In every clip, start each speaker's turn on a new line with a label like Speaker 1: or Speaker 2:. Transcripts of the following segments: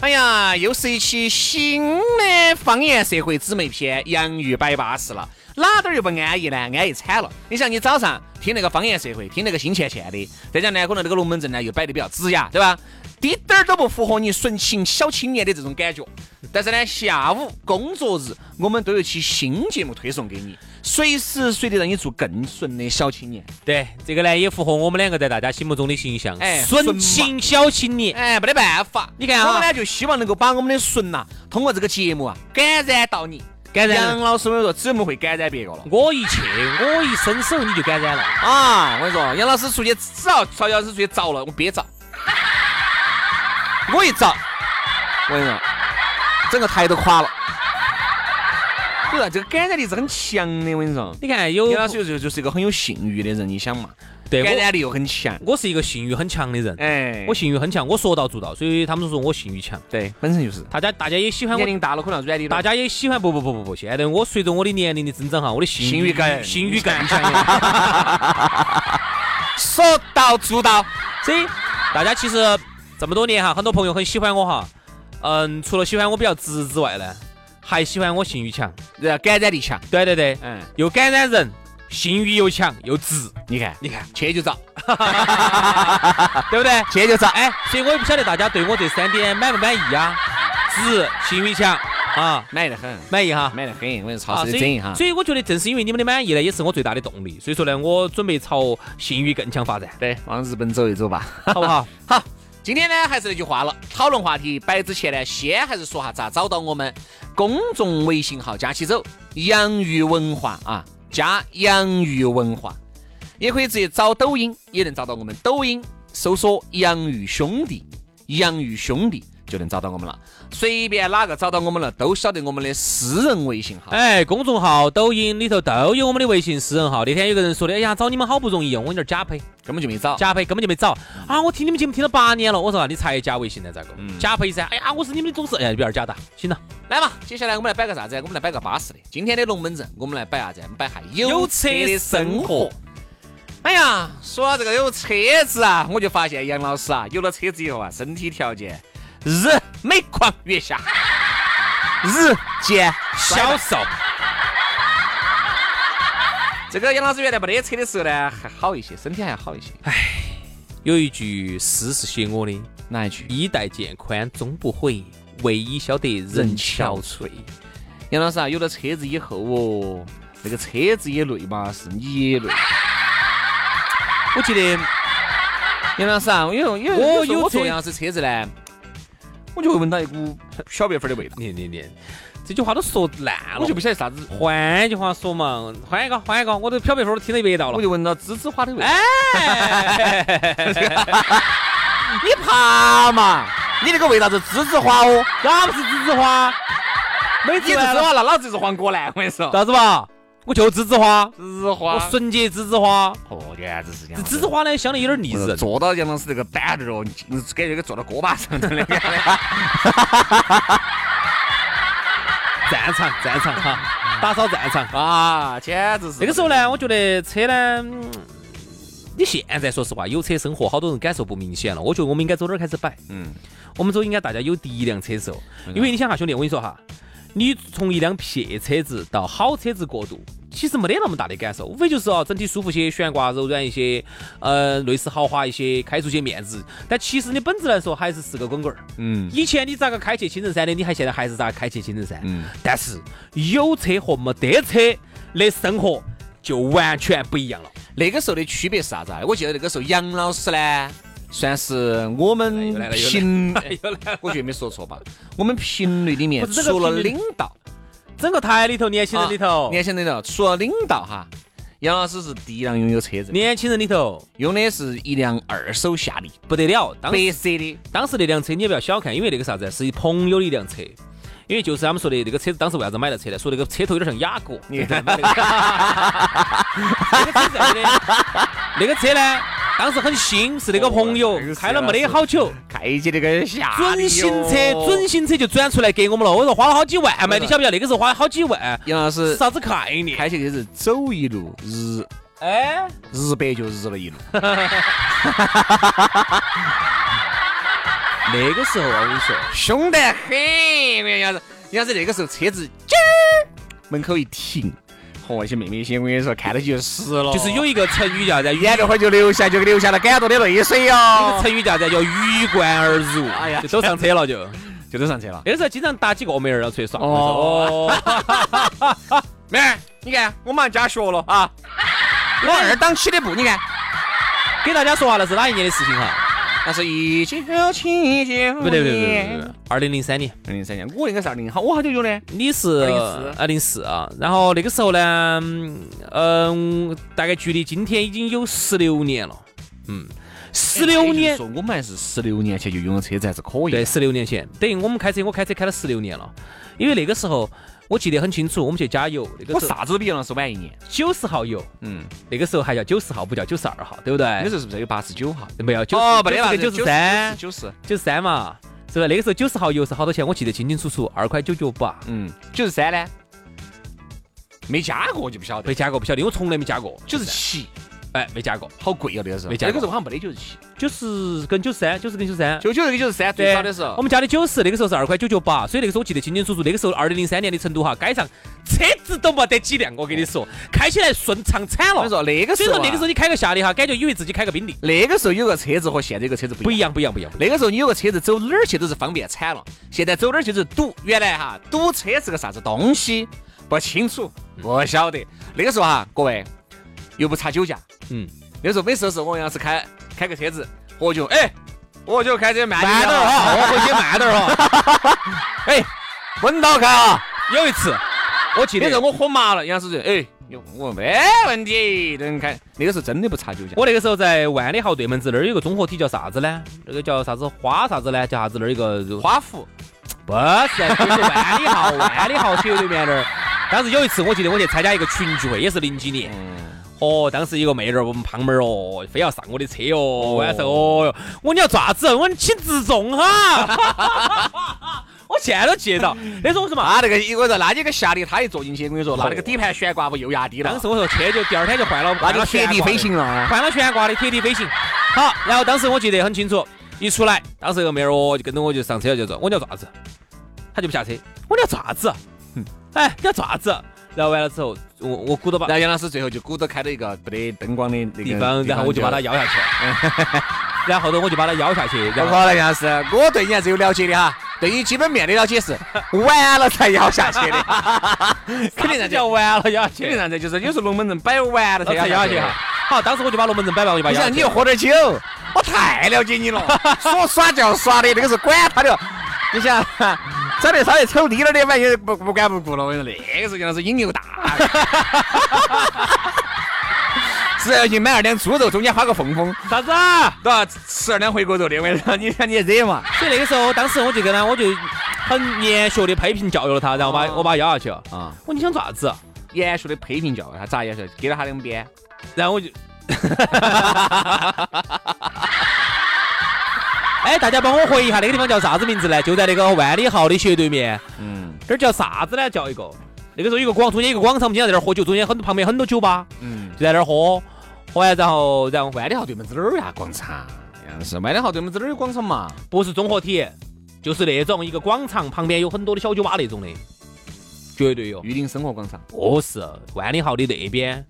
Speaker 1: 哎呀，又是一期新的方言社会姊妹篇《洋芋摆巴适》了，哪点儿又不安逸呢？安逸惨了。你像你早上听那个方言社会，听那个新倩倩的，再讲呢，可能这个龙门阵呢又摆得比较直呀，对吧？滴点儿都不符合你纯情小青年的这种感觉。但是呢，下午工作日我们都有期新节目推送给你，随时随地让你做更纯的小青年。
Speaker 2: 对，这个呢也符合我们两个在大家心目中的形象，
Speaker 1: 哎
Speaker 2: 纯情小青年。
Speaker 1: 哎，没得办法，
Speaker 2: 你看啊
Speaker 1: 我们呢就希望能够把我们的纯呐、通过这个节目啊，感染到你，
Speaker 2: 感染
Speaker 1: 杨老师，我跟你说，只能会感染别个了。
Speaker 2: 我一去，我一伸手你就感染了。
Speaker 1: 啊，我跟你说，杨老师出去，只要曹杨老师出去遭了，我别遭，我一遭，我跟你说，整个台都垮了。对啊，这个感染力是很强的，我跟你说。
Speaker 2: 你看有
Speaker 1: 杨老师就就是一个很有性欲的人，你想嘛，
Speaker 2: 对
Speaker 1: 感
Speaker 2: 我，
Speaker 1: 染力又很强，
Speaker 2: 我是一个性欲很强的人，
Speaker 1: 哎，
Speaker 2: 我性欲很强，我说到做到，所以他们都说我性欲强。
Speaker 1: 对，本身就是。
Speaker 2: 大家大家也喜欢
Speaker 1: 年
Speaker 2: 我，
Speaker 1: 龄大了可能软的了，
Speaker 2: 大家也喜欢。不不不不不，现在我随着我的年龄的增长哈，我的性
Speaker 1: 性欲更
Speaker 2: 性欲更强了。
Speaker 1: 说到做到。
Speaker 2: 所以大家其实这么多年哈，很多朋友很喜欢我哈，嗯，除了喜欢我比较直之外呢，还喜欢我性欲强。
Speaker 1: 然后感染力强。
Speaker 2: 对对对，
Speaker 1: 嗯，
Speaker 2: 又感染人，性欲又强又直，
Speaker 1: 你看，
Speaker 2: 你看
Speaker 1: 去就遭，
Speaker 2: 对不对？
Speaker 1: 去就遭。
Speaker 2: 哎，所以我也不晓得大家对我这三点满不满意啊？直，性欲强啊，
Speaker 1: 满意得很，
Speaker 2: 满意哈。
Speaker 1: 满得很，我跟你说，
Speaker 2: 啊，
Speaker 1: 超市
Speaker 2: 所
Speaker 1: 的整一
Speaker 2: 以
Speaker 1: 下。
Speaker 2: 所以我觉得正是因为你们的满意呢，也是我最大的动力。所以说呢，我准备朝性欲更强发展，
Speaker 1: 对，往日本走一走吧。
Speaker 2: 好不好？
Speaker 1: 好，今天呢还是那句话了，讨论话题摆之前呢，先还是说下咋找到我们公众微信号加起走，洋芋文化啊，加洋芋文化，也可以直接找抖音，也能找到我们抖音，搜索洋芋兄弟，洋芋兄弟。就能找到我们了，随便哪个找到我们了，都晓得我们的私人微信号。
Speaker 2: 哎，公众号、抖音里头都有我们的微信私人号。那天有个人说的，哎呀，找你们好不容易，啊我有点假配，
Speaker 1: 根本就没找。
Speaker 2: 假配根本就没找啊！我听你们节目听了八年了，我说啊你才加微信呢，咋个？假配噻！哎呀，我是你们的忠实，哎，有点假的，行了。
Speaker 1: 来嘛，接下来我们来摆个啥子？我们来摆个巴适的。今天的龙门阵，我们来摆啥子？我们摆下有车的生活。哎呀，说到这个有车子啊，我就发现杨老师啊，有了车子以后啊，身体条件日每况愈 下，日渐
Speaker 2: 销售，
Speaker 1: 这个杨老师原来没得车的时候呢，还好一些，身体还好一些。
Speaker 2: 有一句诗是写我的：
Speaker 1: 哪一句？
Speaker 2: 衣带渐宽终不悔，为伊消得人憔悴。
Speaker 1: 杨老师啊，有了车子以后哦，那个车子也累嘛，是你也 累。
Speaker 2: 我觉得嗯
Speaker 1: 杨老师啊，因为因为
Speaker 2: 我
Speaker 1: 有时候
Speaker 2: 有
Speaker 1: 我坐
Speaker 2: 车
Speaker 1: 杨老师车子呢，我就会闻到一股小白粉的味道，
Speaker 2: 你你你，这句话都说烂
Speaker 1: 我
Speaker 2: 了
Speaker 1: 就。不晓得啥子，
Speaker 2: 换一句话说嘛，换一个，换一个，我都漂白粉儿都听得一百道
Speaker 1: 我
Speaker 2: 了。
Speaker 1: 就闻到栀子花的味道。
Speaker 2: 哎，
Speaker 1: 你怕嘛？你那个味道是栀子花哦，
Speaker 2: 哪不是栀子花？
Speaker 1: 没 你栀子花，那老子就是黄果兰，我跟你说。
Speaker 2: 啥子吧？我就栀子花，
Speaker 1: 栀子花
Speaker 2: 我纯洁栀子花。
Speaker 1: 哦，原子是这
Speaker 2: 这栀子花呢，相对有点腻人。
Speaker 1: 坐到杨老师那个板凳儿哦，你感觉跟坐到锅巴上的那个。
Speaker 2: 战场，战场哈，打扫战场。
Speaker 1: 啊，简直是。
Speaker 2: 那个时候呢，我觉得车呢，嗯你现在说实话，有车生活，好多人感受不明显了。我觉得我们应该走哪儿开始摆？
Speaker 1: 嗯，
Speaker 2: 我们走应该大家有第一辆车的时候，因为你想哈，兄弟，我跟你说哈，你从一辆撇车子到好车子过渡，其实没得那么大的感受，无非就是哦，整体舒服些，悬挂柔软一些，呃，内饰豪华一些，开出去面子。但其实你本质来说还是是个滚滚儿。
Speaker 1: 嗯
Speaker 2: 以前你咋个开去青城山的，你还现在还是咋个开去青城山。
Speaker 1: 嗯，
Speaker 2: 但是有车和没得车的生活就完全不一样了。
Speaker 1: 那个时候的区别是啥子啊？我记得那个时候杨老师呢，算是我们
Speaker 2: 又来了又来了
Speaker 1: 评，
Speaker 2: 又来了
Speaker 1: 我觉得没说错吧？我们评论里面
Speaker 2: 不是这个
Speaker 1: 除了
Speaker 2: 评论
Speaker 1: 领导，啊
Speaker 2: 整个台里头，年轻人里头，
Speaker 1: 年轻人里头，除了领导哈，杨老师是第一辆拥有车子的，
Speaker 2: 年轻人里头
Speaker 1: 用的是一辆二手夏利，
Speaker 2: 不得了。当
Speaker 1: 白色的。
Speaker 2: 当时那辆车你也不要小看，因为那个啥子啊，是一朋友的一辆车。因为就是他们说的那个车子，当时为啥子买那车呢？说那个车头有点像雅阁。
Speaker 1: 你
Speaker 2: 对买那个那个车是这样的，那个车呢，当时很新，是那个朋友
Speaker 1: 哦那个车
Speaker 2: 开了没得好 久，
Speaker 1: 开起那个夏利
Speaker 2: 准
Speaker 1: 哟
Speaker 2: 新车，准新车就转出来给我们了。我说花了呃好几万嘛，
Speaker 1: 是的
Speaker 2: 你晓不晓得？那个时候花了好几万，
Speaker 1: 杨老
Speaker 2: 是
Speaker 1: 师
Speaker 2: 啥子概念？
Speaker 1: 开起就是走一路日
Speaker 2: 哎，
Speaker 1: 日白就日了一路，
Speaker 2: 那个时候啊我跟你说，
Speaker 1: 凶得很。杨老师，杨老师那个时候车子啾儿门口一停，嚯，一些妹妹些我跟你说看到就湿了，
Speaker 2: 就是有一个成语叫啥子啊？
Speaker 1: 眼这会儿就流下，就流下了感动的泪
Speaker 2: 那
Speaker 1: 水
Speaker 2: 个
Speaker 1: 哟。
Speaker 2: 成语叫啥子啊？叫鱼贯而入。
Speaker 1: 哎
Speaker 2: 哎
Speaker 1: 呀
Speaker 2: 呀，就都上车了就。
Speaker 1: 就都上车了。
Speaker 2: 那个时候经常打几个妹儿然后出去耍。
Speaker 1: 哦
Speaker 2: 哦，
Speaker 1: 妹儿，你看我马上加学了啊，我二档起的步，你看。
Speaker 2: 给大家说下那是哪一年的事情哈？
Speaker 1: 那是一九七九年，
Speaker 2: 不对不对不对不对不对，二零零三年，
Speaker 1: 二零三年，我应该是二零，好，我好久有呢？
Speaker 2: 你是
Speaker 1: 2004
Speaker 2: 二零四啊。然后那个时候呢，嗯嗯，大概距离今天已经有十六年了。嗯，
Speaker 1: 哎
Speaker 2: 十六年
Speaker 1: 说我们还是十六年前就拥有车子，还是可以。
Speaker 2: 对，，十六年前，等于我们开车，我开车开了十六年了。因为那个时候我记得很清楚，我们去加油，那个
Speaker 1: 我
Speaker 2: 时候
Speaker 1: 啥子都比杨老师晚一年。
Speaker 2: 九十号油，
Speaker 1: 嗯，
Speaker 2: 那个时候还叫九十号，不叫九十二号，对不对？
Speaker 1: 那时候是不是有八十九号？
Speaker 2: 没有，
Speaker 1: 哎哦，没得了，
Speaker 2: 九十三，
Speaker 1: 九十，
Speaker 2: 九十三嘛，是吧？那个时候九十号油是好多钱？我记得清清楚楚，二块九九八，
Speaker 1: 嗯，九十三呢？没加过就不晓得
Speaker 2: 没。加过，不晓得，我从来没加过，
Speaker 1: 九十，七，
Speaker 2: 哎，没加过，
Speaker 1: 好贵哦，那个时候。
Speaker 2: 没加过
Speaker 1: 那个时候好像没得九十七，
Speaker 2: 九十跟九十三，九十跟九十三。
Speaker 1: 九九那个九十三最
Speaker 2: 对
Speaker 1: 少的时候
Speaker 2: 我。们加的九十，那个时候是二块九九八，所以那个时候我记得清清楚楚。那个时候二零零三年的成都哈，街上车子都没得几辆，我跟你
Speaker 1: 哦
Speaker 2: 说，开起来顺畅惨
Speaker 1: 我
Speaker 2: 了
Speaker 1: 跟你。说，那个
Speaker 2: 所以
Speaker 1: 时
Speaker 2: 说
Speaker 1: 候啊，
Speaker 2: 那个时候你开个夏利哈，感觉以为自己开个宾利，
Speaker 1: 那个时候有个车子和现在有个车子不
Speaker 2: 不
Speaker 1: 一样。
Speaker 2: 一样，不一样，不一样。不一样
Speaker 1: 那个时候你有个车子走哪儿去都是方便惨了，现在走哪儿去就是堵。原来哈堵车是个啥子东西不清楚，不晓得。那个时候哈，各位又不查酒驾，
Speaker 2: 嗯，
Speaker 1: 那个时候每次都是我要是开开个车子，我就哎，我就开车慢点
Speaker 2: 慢点儿
Speaker 1: 啊，
Speaker 2: 哈
Speaker 1: 我回去慢点儿哈。
Speaker 2: 啊
Speaker 1: 哎，稳到开啊！
Speaker 2: 有一次，我记
Speaker 1: 别
Speaker 2: 得
Speaker 1: 让我火麻了，杨老师就哎，有我没问题，能开。那个时候真的不查酒驾。
Speaker 2: 我那个时候在万里豪对门子那儿有个综合体叫啥子呢？那个叫啥子花啥子呢？叫啥子那儿有个
Speaker 1: 花湖，
Speaker 2: 不是，就是万里豪，万里豪体育对面那儿。当时有一次，我记得我去参加一个群聚会，也是零几年。
Speaker 1: 嗯
Speaker 2: 哦，当时一个妹儿，我们胖妹儿哦，非要上我的车哦，晚上哦哟，我说你要爪子，我说你请自重哈。我现在都记得到，那时候我说嘛，
Speaker 1: 啊他那个一个人，那你个下力，他一坐进去，我跟你说，那
Speaker 2: 哦
Speaker 1: 那个底盘悬挂不又压低了
Speaker 2: 当？时我说车就第二天就换了，
Speaker 1: 那
Speaker 2: 换
Speaker 1: 就
Speaker 2: 了
Speaker 1: 铁地
Speaker 2: 悬挂
Speaker 1: 飞
Speaker 2: 的
Speaker 1: 行了。
Speaker 2: 换了悬挂的铁地飞行。好，然后当时我记得很清楚，一出来，当时有个妹儿哦，就跟着我就上车了，就说我你要爪子，她就不下车，我你要爪子，啊哎，你要爪子。然后完了之后，我我鼓捣把
Speaker 1: 然后杨老师最后就鼓捣开了一个没得灯光的那个
Speaker 2: 地方，然后我就把她摇下去，然后 后头我就把她摇下去，
Speaker 1: 不
Speaker 2: 然
Speaker 1: 可
Speaker 2: 后
Speaker 1: 能，杨老师，我对你还是有了解的哈，对你基本面的了解是完了才摇下去的， 肯定
Speaker 2: 啥子
Speaker 1: 让
Speaker 2: 叫
Speaker 1: 这，
Speaker 2: 完了摇下
Speaker 1: 肯定
Speaker 2: 去，
Speaker 1: 让这，就是有时候龙门阵摆完了才
Speaker 2: 才摇
Speaker 1: 摇
Speaker 2: 下
Speaker 1: 下
Speaker 2: 去
Speaker 1: 去
Speaker 2: 哈
Speaker 1: 哈。。
Speaker 2: 好，当时我就把龙门阵摆完，我就把
Speaker 1: 你
Speaker 2: 摇下
Speaker 1: 让
Speaker 2: 去
Speaker 1: 你又喝点酒，我太了解 你了，说耍就要耍的，那个是管他的。你想，长得稍微丑低点儿的，反正也不不管不顾了。我跟你说，那个时候杨老师瘾又大， 只啊要去买二两猪肉，中间画个缝缝，
Speaker 2: 啥子啊？
Speaker 1: 都要吃二两回锅肉的。我跟你说，你看你惹嘛？
Speaker 2: 所以那个时候，当时我就跟他，我就很严肃的批评教育了他，然后把
Speaker 1: 哦
Speaker 2: 我把他摇下去了。
Speaker 1: 啊，
Speaker 2: 我说你想咋子啊？
Speaker 1: 严肃的批评教育他，咋严肃？给了他两鞭。
Speaker 2: 然后我就， 哎，大家帮我回忆一下那个地方叫啥子名字呢？就在那个万里豪的斜对面，
Speaker 1: 嗯
Speaker 2: 这儿叫啥子呢？叫一个，那个时候有个广，中间一个广场，我们经常在那儿喝酒，中间很旁边很多酒吧，
Speaker 1: 嗯，
Speaker 2: 就在那儿喝，喝完然后然后
Speaker 1: 万里豪对门子哪儿有啥广场？杨是万里豪对门子哪儿有广场嘛？
Speaker 2: 不是综合体，就是那种一个广场旁边有很多的小酒吧那种的，绝对有。
Speaker 1: 玉林生活广场。
Speaker 2: 不是万里豪的那边，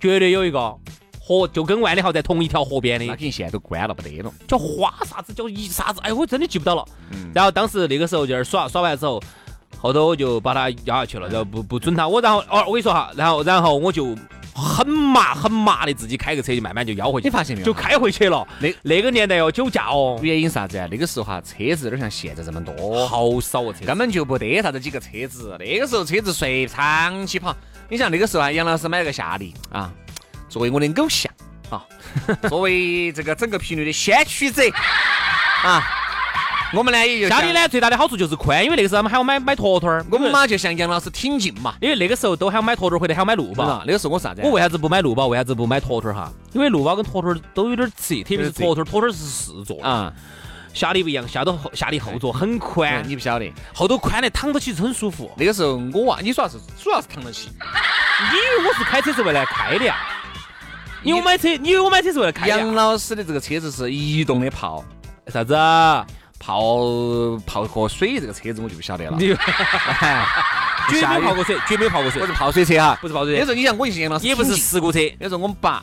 Speaker 2: 绝对有一个河，就跟万里豪在同一条河边的
Speaker 1: 那肯。定现在都关了，不得了。
Speaker 2: 叫花啥子，叫一啥子，哎，我真的记不到了。
Speaker 1: 嗯
Speaker 2: 嗯然后当时那个时候就在那儿耍，耍完之后，嗯后头我就把他压下去了，然后不不准他我，然后哦，我跟你说哈，然后然后我就很麻很麻的，自己开个车就慢慢就摇回去，
Speaker 1: 你发现没有
Speaker 2: 就开回去了。
Speaker 1: 那
Speaker 2: 那那个年代哦，酒驾哦，
Speaker 1: 原因是啥子啊？那个时候哈，车子有点像现在这么多，
Speaker 2: 好少哦，车
Speaker 1: 根本就不得啥子几个车子。那个时候车子随长期跑，你像那个时候啊，杨老师买了个夏利啊，作为我的偶像啊， 作为这个整个频率的先驱者啊，我们呢也就
Speaker 2: 家
Speaker 1: 像
Speaker 2: 里，呢嗯最大的好处就是宽，因为那个时候他们喊我买买坨坨儿，
Speaker 1: 我们嘛就向杨老师挺进嘛，
Speaker 2: 因为那个时候都喊我买坨坨儿或者喊我买路
Speaker 1: 是
Speaker 2: 宝
Speaker 1: 吧。？那个时候我啥子啊？
Speaker 2: 我为啥子不买路宝？为啥子不买坨坨儿哈？因为路宝跟坨坨儿都有点挤，特别是坨坨儿，坨坨儿是四座啊，
Speaker 1: 啊，
Speaker 2: 下里不一样，下头后下里后座很
Speaker 1: 哎
Speaker 2: 宽，
Speaker 1: 你不晓得，
Speaker 2: 后头宽的躺着其实很舒服。
Speaker 1: 那个时候我啊，你主要是主要是扛得起。
Speaker 2: 你以为我是开车是为了开的呀？因为我买车，你以为我买车是为了开的
Speaker 1: 杨
Speaker 2: 呀？
Speaker 1: 老师的这个车子是移动的炮，
Speaker 2: 啥子？
Speaker 1: 泡泡和水这个车子我就不晓得了。
Speaker 2: 你 绝
Speaker 1: 下
Speaker 2: 没
Speaker 1: 雨
Speaker 2: 泡过水，绝没泡过水
Speaker 1: 我，是泡水车哈，
Speaker 2: 不是泡
Speaker 1: 那时
Speaker 2: 水，
Speaker 1: 候你想，我以前杨老师
Speaker 2: 也不是
Speaker 1: 挺紧
Speaker 2: 事故车，
Speaker 1: 那时候我们爸、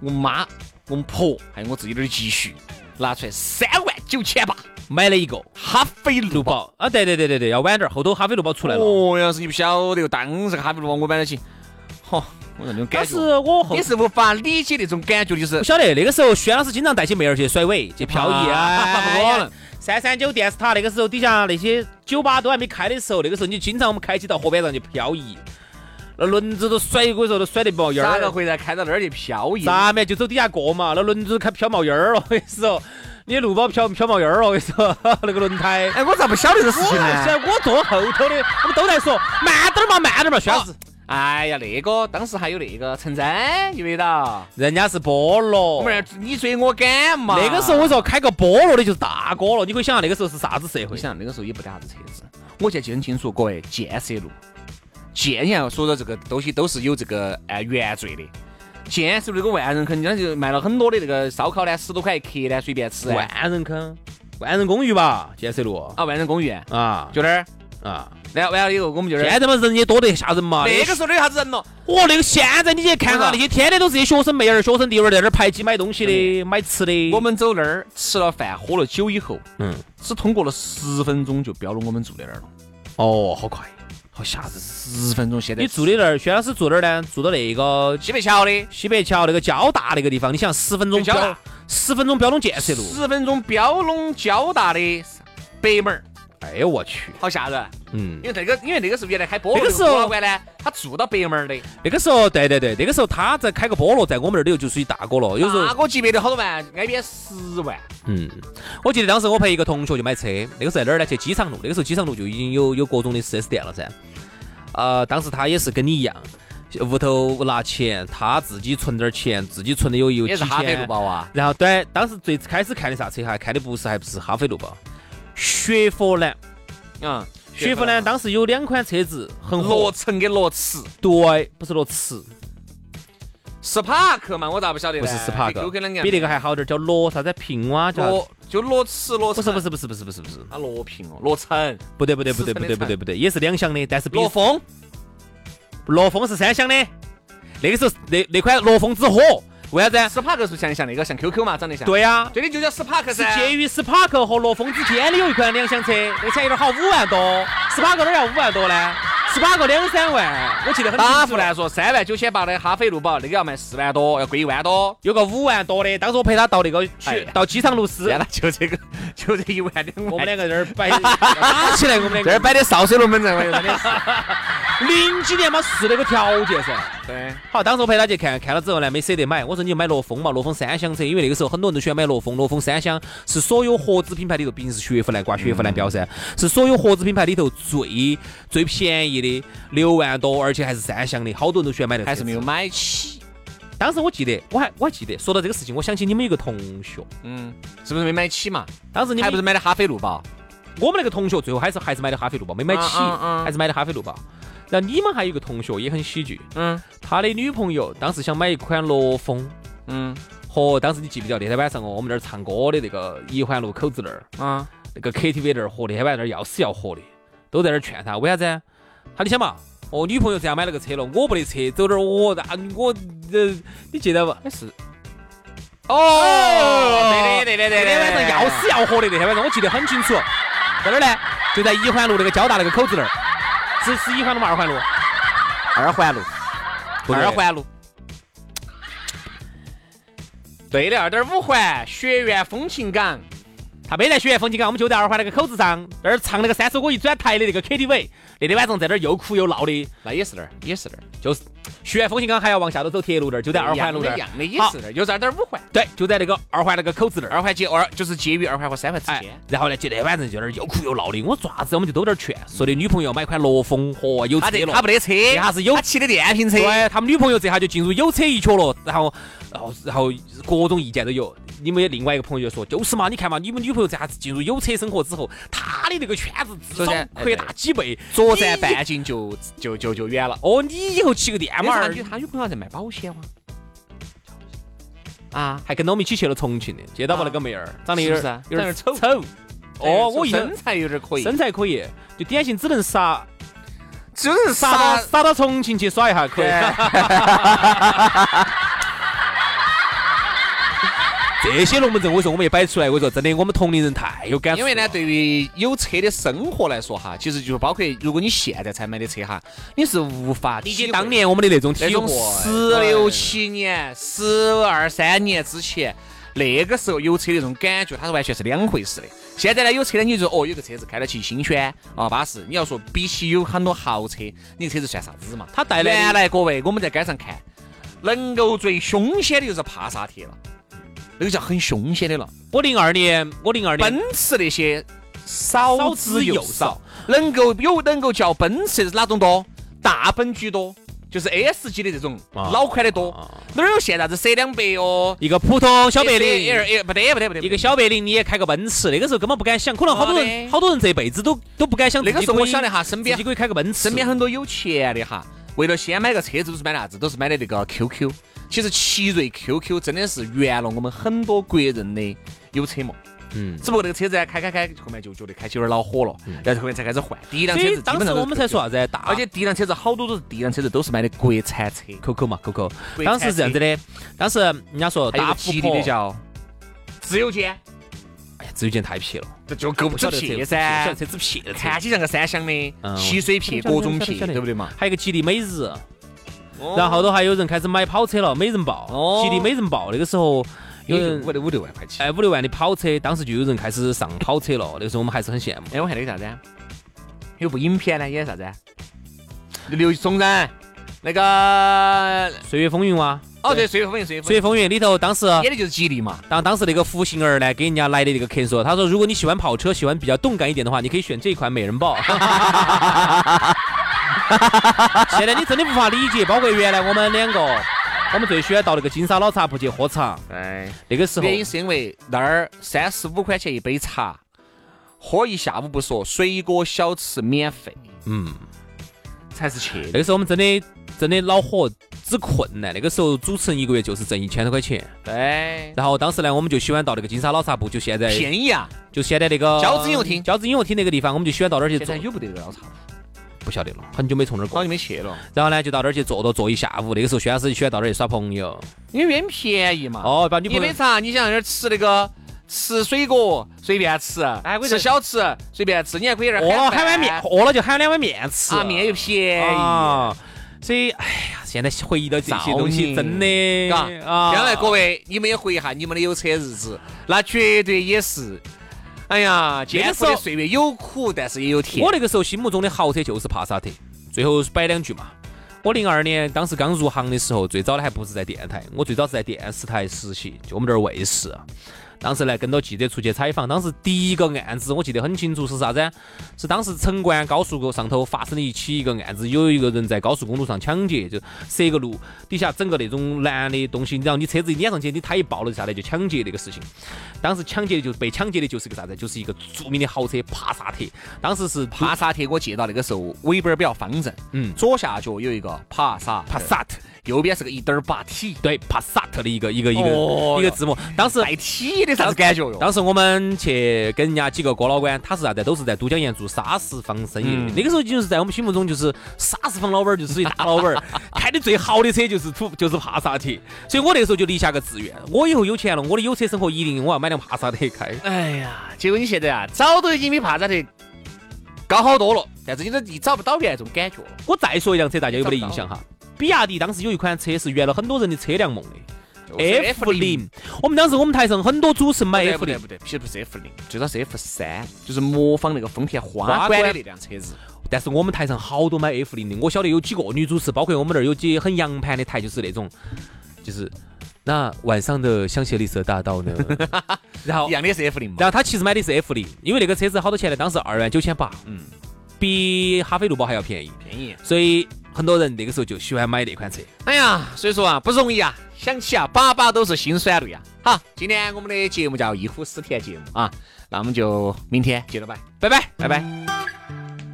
Speaker 1: 我妈、我们婆还有我自己点儿积蓄，拿出来三万九千八，
Speaker 2: 买了一个
Speaker 1: 哈飞路
Speaker 2: 路
Speaker 1: 宝。
Speaker 2: 宝啊！对对对对对，要晚点儿，后头哈飞路宝出来了。
Speaker 1: 哦，杨老师你不晓得，当时哈飞路宝我买得起，嚯，我那种
Speaker 2: 当
Speaker 1: 感
Speaker 2: 时
Speaker 1: 觉，
Speaker 2: 我后
Speaker 1: 你是无法理解那种感觉，就是
Speaker 2: 不晓得那个时候，轩老师经常带起妹儿去甩尾、去漂移
Speaker 1: 啊
Speaker 2: 啊，
Speaker 1: 不可能。
Speaker 2: 三三九电视塔那个时候底下那些酒吧都还没开的时候，那个时候你经常我们开起到河边上去漂移，那轮子都甩，我跟你说都甩得冒烟
Speaker 1: 咋个
Speaker 2: 儿。
Speaker 1: 会在开到那儿去漂移？
Speaker 2: 咋嘛就走底下过嘛，那轮子开飘冒烟儿了，我跟你说，你路宝飘飘冒烟儿了，我跟你说 那个轮胎。
Speaker 1: 哎，我咋不啊晓得这事
Speaker 2: 我
Speaker 1: 情呢？
Speaker 2: 在我坐后头的，我们都在说慢点儿嘛，慢点儿嘛，轩老师
Speaker 1: 哦。哎呀，那个当时还有那个陈真，有没到？
Speaker 2: 人家是菠萝，
Speaker 1: 我们那儿你追我赶嘛？
Speaker 2: 那个时候我说开个菠萝的就是大哥了，你可以想象那个时候是啥子社
Speaker 1: 我
Speaker 2: 会。
Speaker 1: 想那个时候也不得啥子车子，我现在记得很清楚，各位建设路，建要说到这个东西都是有这个呃原罪的。建设路那个万人坑，人家就卖了很多的那个烧烤呢，十多块一克呢，随便吃啊。
Speaker 2: 万人坑，万人公寓吧，建设路
Speaker 1: 啊，万人公寓
Speaker 2: 啊，
Speaker 1: 就那儿，
Speaker 2: 啊，
Speaker 1: 然后完了以后我们就那
Speaker 2: 现
Speaker 1: 儿。
Speaker 2: 在嘛人也多得吓人嘛。
Speaker 1: 那个时候哪有啥子人咯？
Speaker 2: 候，哦，那个现在你去看
Speaker 1: 是吧
Speaker 2: 哈，那些天天都是些学生妹儿、学生弟儿在那儿排挤买东西的、买吃的。
Speaker 1: 我们走那儿吃了饭，喝了酒以后，
Speaker 2: 嗯，
Speaker 1: 只通过了十分钟就标了我们住的那儿了。
Speaker 2: 哦，好快，好吓人。
Speaker 1: 十分钟现在
Speaker 2: 你住的那儿，薛老师住哪儿呢？住到那个
Speaker 1: 西北桥的，
Speaker 2: 西北桥那个交大那个地方，你想十分钟
Speaker 1: 就交大
Speaker 2: 标，十分钟标拢建设路。
Speaker 1: 十分钟标拢交大的北门儿，
Speaker 2: 哎呦我去，
Speaker 1: 好吓人。
Speaker 2: 嗯
Speaker 1: 因，为那个，因为那个时候原来开菠萝
Speaker 2: 那个时候
Speaker 1: 菠萝馆呢，他住到北门儿的，
Speaker 2: 那个时候，对对对，那个时候他在开个菠萝，在我们那儿里头就属于大哥了。有时候
Speaker 1: 大哥级别的好多万，挨边十万，
Speaker 2: 嗯，我记得当时我陪一个同学去买车，那个时候在哪儿呢？去机场路，那个时候机场路就已经有有各种的 4S 店了噻。呃，当时他也是跟你一样，屋头拿钱，他自己存点儿钱，自己存的有有
Speaker 1: 也
Speaker 2: 几
Speaker 1: 是哈飞路
Speaker 2: 千。
Speaker 1: 宝啊，
Speaker 2: 然后对，当时最开始看的啥车哈？看的不是还不是哈飞路宝，雪佛兰。
Speaker 1: 嗯，
Speaker 2: 雪佛兰当时有两款车子很
Speaker 1: 罗
Speaker 2: 火，
Speaker 1: 城跟罗驰
Speaker 2: 对，不是罗驰，
Speaker 1: ，Spark 嘛，我咋不晓得
Speaker 2: 不
Speaker 1: 呢？
Speaker 2: 是斯帕克
Speaker 1: 就跟两，
Speaker 2: 比那
Speaker 1: 个
Speaker 2: 个还好点儿，叫罗啥子平哇，叫啥子
Speaker 1: 罗就罗驰罗
Speaker 2: 不是
Speaker 1: 城，
Speaker 2: 不是不是不是不是不是，
Speaker 1: 啊罗平哦，罗城
Speaker 2: 不对不对不对不对不对不对，也是两厢的，但是比
Speaker 1: 罗峰，
Speaker 2: 罗峰是三厢的，那个时候是那那款罗峰之火，为啥子啊？
Speaker 1: ，Spark 是不是像像那个像 QQ 嘛，长得像，，
Speaker 2: 对呀、
Speaker 1: 对的啊就叫 Spark
Speaker 2: 是
Speaker 1: 噻，
Speaker 2: 介于 Spark 和罗峰之间的有一款两厢车，那个车有点好，五万多，Spark 哪儿要五万多呢？Spark 两三万，我记得很
Speaker 1: 大
Speaker 2: 清
Speaker 1: 富
Speaker 2: 楚。
Speaker 1: 来说三万九千八的哈飞路宝，那个要卖四万多，要贵一万多。
Speaker 2: 有个五万多的，当时我陪他到那个
Speaker 1: 哎
Speaker 2: 去
Speaker 1: 呀
Speaker 2: 到机场路斯，
Speaker 1: 原来就这个， 就这一万两
Speaker 2: 我
Speaker 1: 万
Speaker 2: 们。两个在那儿 摆打起来，我们两
Speaker 1: 这儿
Speaker 2: 个
Speaker 1: 摆的潲水龙门阵，我跟你说真的是。
Speaker 2: 零几年嘛是那个条件噻。
Speaker 1: 对。
Speaker 2: 好，当时我陪他去看看了之后呢，没舍得买。我说你就买罗峰嘛，罗峰三厢车，因为那个时候很多人都喜欢买罗峰。罗峰三厢是所有合资品牌里头，毕竟是雪佛兰挂雪佛兰标噻，是所有合资品牌里头最最便宜的，六万多，而且还是三厢的，好多人都喜欢买那个。
Speaker 1: 还是没有。买起。
Speaker 2: 当时我记得，我还我还记得，说到这个事情，我想起你们有个同学，
Speaker 1: 嗯，是不是没买起嘛？
Speaker 2: 当时你
Speaker 1: 还
Speaker 2: 们
Speaker 1: 不是买的哈飞路宝？
Speaker 2: 我们那个同学最后还是还是买的哈飞路宝，没买起，
Speaker 1: 嗯嗯嗯
Speaker 2: 还是买的哈飞路宝。然后你们还有一个同学也很喜剧，
Speaker 1: 嗯
Speaker 2: 他的女朋友当时想买一款罗峰。
Speaker 1: 嗯
Speaker 2: 和当时你记不记得那天晚上哦，我们那儿唱歌的那个一环路口子那儿，
Speaker 1: 啊，
Speaker 2: 那个 KTV 那儿和那天晚上那儿要死要活的，都在那儿劝他，为啥子啊？他你想嘛，哦，女朋友这样买了个车了，我不得车，走点儿我啊我呃，你记得不？
Speaker 1: 还是。哦，对的对的
Speaker 2: 那
Speaker 1: 对的，
Speaker 2: 天晚上要死要活的，那天晚上我记得很清楚，在哪儿呢？就在一环路那个交大那个口子那儿，是是一环路吗？二环路？
Speaker 1: 二环路，
Speaker 2: 对
Speaker 1: 二环路，对的，二点五环学院风情港，
Speaker 2: 他没在学院风景港，我们就在二环那个口子上，那儿唱那个三首歌一转台的那个 KTV，那天晚上在那儿又哭又闹的，
Speaker 1: 那也是那儿，也是那儿，
Speaker 2: 就是学院风景港还要往下头走铁路那儿，就在二环路那
Speaker 1: 一
Speaker 2: 儿，
Speaker 1: 样的，一样
Speaker 2: 好
Speaker 1: 的也是那儿，就是二点五环，
Speaker 2: 对，就在那个二环那个口子那儿。
Speaker 1: 二环接二就是介于二环和三环之
Speaker 2: 哎
Speaker 1: 间。，
Speaker 2: 然后呢，就那晚上就在那儿又哭又闹的，我做啥子我们就都在那儿劝，说的女朋友买款罗峰，嚯，有车
Speaker 1: 他这他
Speaker 2: 了。
Speaker 1: 没得车，
Speaker 2: 他是有
Speaker 1: 他骑的电瓶车。
Speaker 2: 对他们女朋友这下就进入有车一角了，然后，呃然后，然后各种意见都有。你们另外一个朋友就说，就是嘛，你看嘛，你们女朋友这下子进入有车生活之后，她的那个圈子至
Speaker 1: 首
Speaker 2: 少
Speaker 1: 先哎
Speaker 2: 扩大几倍。
Speaker 1: 左站
Speaker 2: 你以
Speaker 1: 半径就就就就远了。
Speaker 2: 哦，你以后骑个电
Speaker 1: 他
Speaker 2: 马
Speaker 1: 他
Speaker 2: 儿
Speaker 1: 女，他女朋友在卖保险吗？啊，
Speaker 2: 还跟到我们一起去了重庆的，见到不
Speaker 1: 啊
Speaker 2: 那个妹儿，长得有
Speaker 1: 是不是
Speaker 2: 点
Speaker 1: 啊
Speaker 2: 有点
Speaker 1: 长得
Speaker 2: 丑。哦，我一
Speaker 1: 身材有点可以，
Speaker 2: 身材可以，就典型只能杀
Speaker 1: 就是
Speaker 2: 杀到杀到重庆去耍一下可以。 这些龙门阵，我跟你说我们也摆出来，我跟你说真的，我们同龄人太有感触了。
Speaker 1: 因为呢，对于有车的生活来说哈，其实就包括如果你现在才买的车哈，你是无法
Speaker 2: 理
Speaker 1: 体
Speaker 2: 解
Speaker 1: 会
Speaker 2: 当年我们的那种
Speaker 1: 那
Speaker 2: 体
Speaker 1: 种
Speaker 2: 会。
Speaker 1: 十六七年、十二三年之前。那个时候有车的那种感觉，它是完全是两回事的。现在呢，有车呢，你就说哦，有个车子开得起新鲜啊，巴适。你要说比起有很多豪车，你车子算啥子嘛？
Speaker 2: 它带来的
Speaker 1: 原来各位，我们在街上看，能够最凶险的就是帕萨特了，那个叫很凶险的了。
Speaker 2: 我零二年，我零二年
Speaker 1: 奔驰那些少之又少，能够有能够叫奔驰的是哪种多？大奔居多，就是 S 级的这种
Speaker 2: 啊
Speaker 1: 老款的多
Speaker 2: 啊。
Speaker 1: 哪儿有现在啥子 C 两百哦，
Speaker 2: 一个普通小白
Speaker 1: S- L
Speaker 2: 领，
Speaker 1: L 不得不得不得，
Speaker 2: 一个小白领你也开个奔驰，那个时候根本不敢想，可能好多
Speaker 1: 好
Speaker 2: 人
Speaker 1: 的
Speaker 2: 好多人这辈子都都不敢想自
Speaker 1: 那
Speaker 2: 己可
Speaker 1: 个
Speaker 2: 以。
Speaker 1: 时候我晓得哈，身
Speaker 2: 自
Speaker 1: 边
Speaker 2: 己可以开个奔驰。
Speaker 1: 身边很多有钱的哈，为了先买个车子都是买啥子？都是买的那个 QQ。其实奇瑞 QQ 真的是圆了我们很多国人的有车梦。
Speaker 2: 嗯。
Speaker 1: 只不过这个车子啊呢开开开，后面就觉得开起有点恼火了，然后后面才开始换。第一辆
Speaker 2: 所
Speaker 1: 车
Speaker 2: 以
Speaker 1: 子基
Speaker 2: 当
Speaker 1: 本
Speaker 2: 时
Speaker 1: 上都是
Speaker 2: 我们才
Speaker 1: QQ
Speaker 2: 说啥子，大
Speaker 1: 而且第一辆车子好多都是第一辆车子都是买的国产车，
Speaker 2: Coco 嘛，Coco，
Speaker 1: 国
Speaker 2: 当
Speaker 1: 产
Speaker 2: 时是这样子
Speaker 1: 车，
Speaker 2: 的，当时人家说
Speaker 1: 还有
Speaker 2: 大
Speaker 1: 个
Speaker 2: 富
Speaker 1: 吉利
Speaker 2: 婆
Speaker 1: 的，叫自由舰，
Speaker 2: 哎呀，这有点太撇了，
Speaker 1: 这就够不
Speaker 2: 晓
Speaker 1: 着
Speaker 2: 得这
Speaker 1: 撇
Speaker 2: 个
Speaker 1: 噻
Speaker 2: 这，只撇的车。
Speaker 1: 看起像个三厢的
Speaker 2: 嗯，
Speaker 1: 汽水撇、
Speaker 2: 晓得
Speaker 1: 各种撇，
Speaker 2: 晓得晓得
Speaker 1: 对不对嘛？哦
Speaker 2: 还有一个吉利美日，然后头还有人开始买跑车了，美人豹，
Speaker 1: 哦
Speaker 2: 吉利美人豹那个时候有
Speaker 1: 有
Speaker 2: 人
Speaker 1: 五六五六万块钱。
Speaker 2: 哎，五六万的跑车，当时就有人开始上跑车了。那个时候我们还是很羡慕。
Speaker 1: 哎，我看那个啥子啊，有部影片呢，演啥子啊？刘松仁那个
Speaker 2: 《岁月风云》啊哇，
Speaker 1: 哦，对，《岁月风云》，《岁月
Speaker 2: 《
Speaker 1: 风
Speaker 2: 岁
Speaker 1: 云
Speaker 2: 月风云》里头，当时》
Speaker 1: 演的就是吉利嘛。
Speaker 2: 当当时那个福星儿呢，给人家来的那个客人说，他说如果你喜欢跑车，喜欢比较动感一点的话，你可以选这一款美人豹。 现在你真的无法理解，包括原来我们两个，我们最喜欢到那个金沙老茶铺去喝茶，
Speaker 1: 哎，
Speaker 2: 那个时候
Speaker 1: 原因是因为那儿三十五块钱一杯茶，喝一下午不说，水果小吃免费，
Speaker 2: 嗯。
Speaker 1: 才是去
Speaker 2: 那
Speaker 1: 的。
Speaker 2: 个时候我们真的真的恼火之困难。那个时候主持人一个月就是挣一千多块钱，
Speaker 1: 对，
Speaker 2: 然后当时呢，我们就喜欢到那个金沙老茶铺，就现在
Speaker 1: 便宜啊！
Speaker 2: 就现在那个
Speaker 1: 交子音乐厅
Speaker 2: 交子音乐厅那个地方，我们就喜欢到那儿去
Speaker 1: 现
Speaker 2: 坐
Speaker 1: 在，有不得了，
Speaker 2: 哦
Speaker 1: 差
Speaker 2: 不晓得了，很久没从那儿
Speaker 1: 早
Speaker 2: 过。
Speaker 1: 就没去了，
Speaker 2: 然后呢，就到那儿去坐到坐一下午。那个时候，薛老师就喜欢到那儿去耍朋友。
Speaker 1: 因为原便宜嘛。
Speaker 2: 哦，把女
Speaker 1: 你
Speaker 2: 朋
Speaker 1: 没
Speaker 2: 友
Speaker 1: 啥，你想在那儿吃那个吃水果随便吃，
Speaker 2: 哎我
Speaker 1: 吃小吃随便吃，你还可以在那
Speaker 2: 饿
Speaker 1: 儿
Speaker 2: 了
Speaker 1: 喊
Speaker 2: 喊碗哦面，饿了就喊两碗面吃。
Speaker 1: 啊，面又便宜。
Speaker 2: 啊，所以哎呀，现在回忆到这些东
Speaker 1: 造孽
Speaker 2: 西，真的
Speaker 1: 嗯嘎，
Speaker 2: 啊，
Speaker 1: 将来各位，你们也回忆一下你们的有车日子，那绝对也是，哎呀，艰苦的岁月有苦，但是也有甜
Speaker 2: 我。那个时候心目中的豪车就是帕萨特。最后摆两句嘛，我零二年当时刚入行的时候，最早的还不是在电台，我最早是在电视台实习，就我们这儿卫视。当时呢，跟到记者出去采访，当时第一个案子我记得很清楚是啥子啊？是当时城关高速上头发生的一起一个案子，有一个人在高速公路上抢劫，就设个路底下整个那种蓝的东西，然后你车子一撵上去，你他一暴露下来就抢劫那个事情。当时抢劫的就被抢劫的就是个啥子？就是一个著名的豪车帕萨特，当时是
Speaker 1: 帕萨特我记到那个时候尾巴儿比较方正，
Speaker 2: 嗯
Speaker 1: 左下角有一个帕萨
Speaker 2: 帕萨特，
Speaker 1: 右边是个一点儿八 T，
Speaker 2: 对帕萨特的一个一个一个、
Speaker 1: 哦哟
Speaker 2: 一个字母。当时
Speaker 1: 带 T 的啥子感觉哟？
Speaker 2: 当时我们去跟人家几个哥老倌，他是啥子？都是在都江堰做砂石房生意的。那个时候就是在我们心目中就是砂石房老板儿就是一大老 板儿，开的最好的车就是土就是帕萨特。所以我那个时候就立下个志愿，我以后有钱了，我的有车生活一定我要买辆帕萨特开。
Speaker 1: 哎呀，结果你现在啊，早都已经比帕萨特高好多了，但是你都你找不到原来那种感觉了。
Speaker 2: 我再说一辆车，大家有没得印象哈？比亚迪当时有一款车是圆了很多人的车辆梦的，
Speaker 1: 是
Speaker 2: F 零。我们当时我们台上很多主持人买 F
Speaker 1: 不对
Speaker 2: 零
Speaker 1: 不，对，不对不是 F 零，最早是 F 三，就是模仿那个丰田花
Speaker 2: 花
Speaker 1: 冠
Speaker 2: 冠
Speaker 1: 的那辆车子。
Speaker 2: 但是我们台上好多买 F 零的，我晓得有几个女主持，包括我们那儿有几很洋盘的台，就是那种，就是那晚上的香榭丽舍大道呢，然后
Speaker 1: 一样的是 F 零嘛
Speaker 2: 然。后他其实买的是 F 零，因为那个车子好多钱呢，当时二万九千八，
Speaker 1: 嗯，
Speaker 2: 比哈飞路宝还要便宜，
Speaker 1: 便宜。
Speaker 2: 所以很多人那个时候就喜欢买那款车。
Speaker 1: 哎呀，所以说啊，不容易啊，想起啊，把把都是辛酸泪啊。好，今天我们的节目叫《忆苦思甜》节目啊，那我们就明天接着拜，拜拜，拜拜。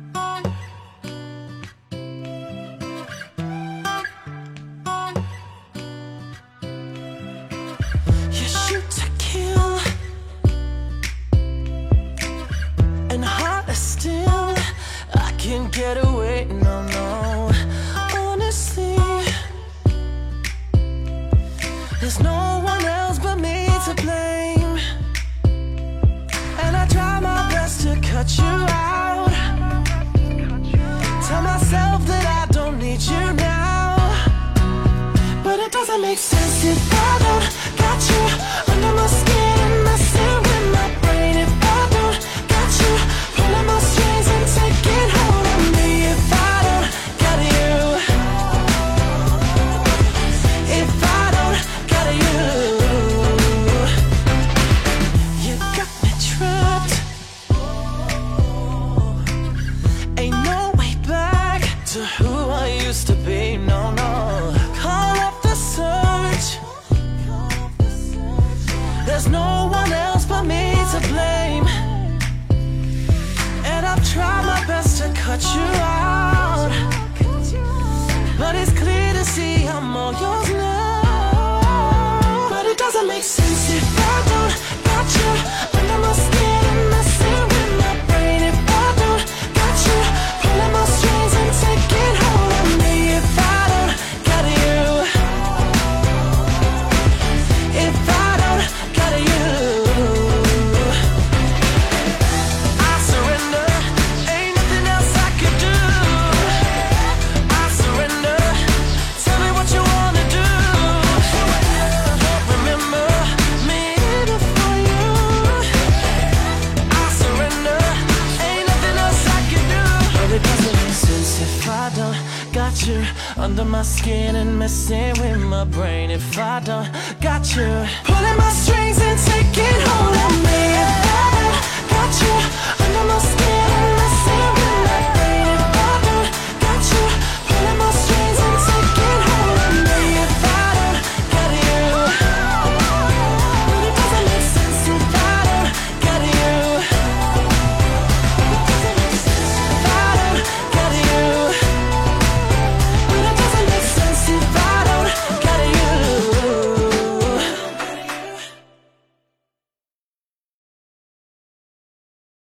Speaker 3: You shoot to kill, and hotter still. I can't get away, no, no. Honestly, there's no one else but me to blame. And I try my best to cut you out. Tell myself that I don't need you now. But it doesn't make sense if I don't got you under my skin and messing with my brain. If I don't got you pulling my strings and taking hold of me. If I don't got you, if I don't got you, you got me trapped. Ain't no way back to who I used to be. No, no. Call up the search. There's no one else but me to blame. And I've tried my best to cut you out. But it's clear to see I'm all yours now. But it doesn't make sense if I don't got you under my skin and messing with my brain. If I don't got you pulling my strings and taking hold of me. If I don't got you, if I don't got you. I surrender, ain't nothing else I could do. I surrender, tell me what you wanna do. Remember me before you. I surrender, ain't nothing else I could do. But it doesn't make sense if I don't got you under my skin and messing with my brain. If I don't got you, pulling my strings and taking.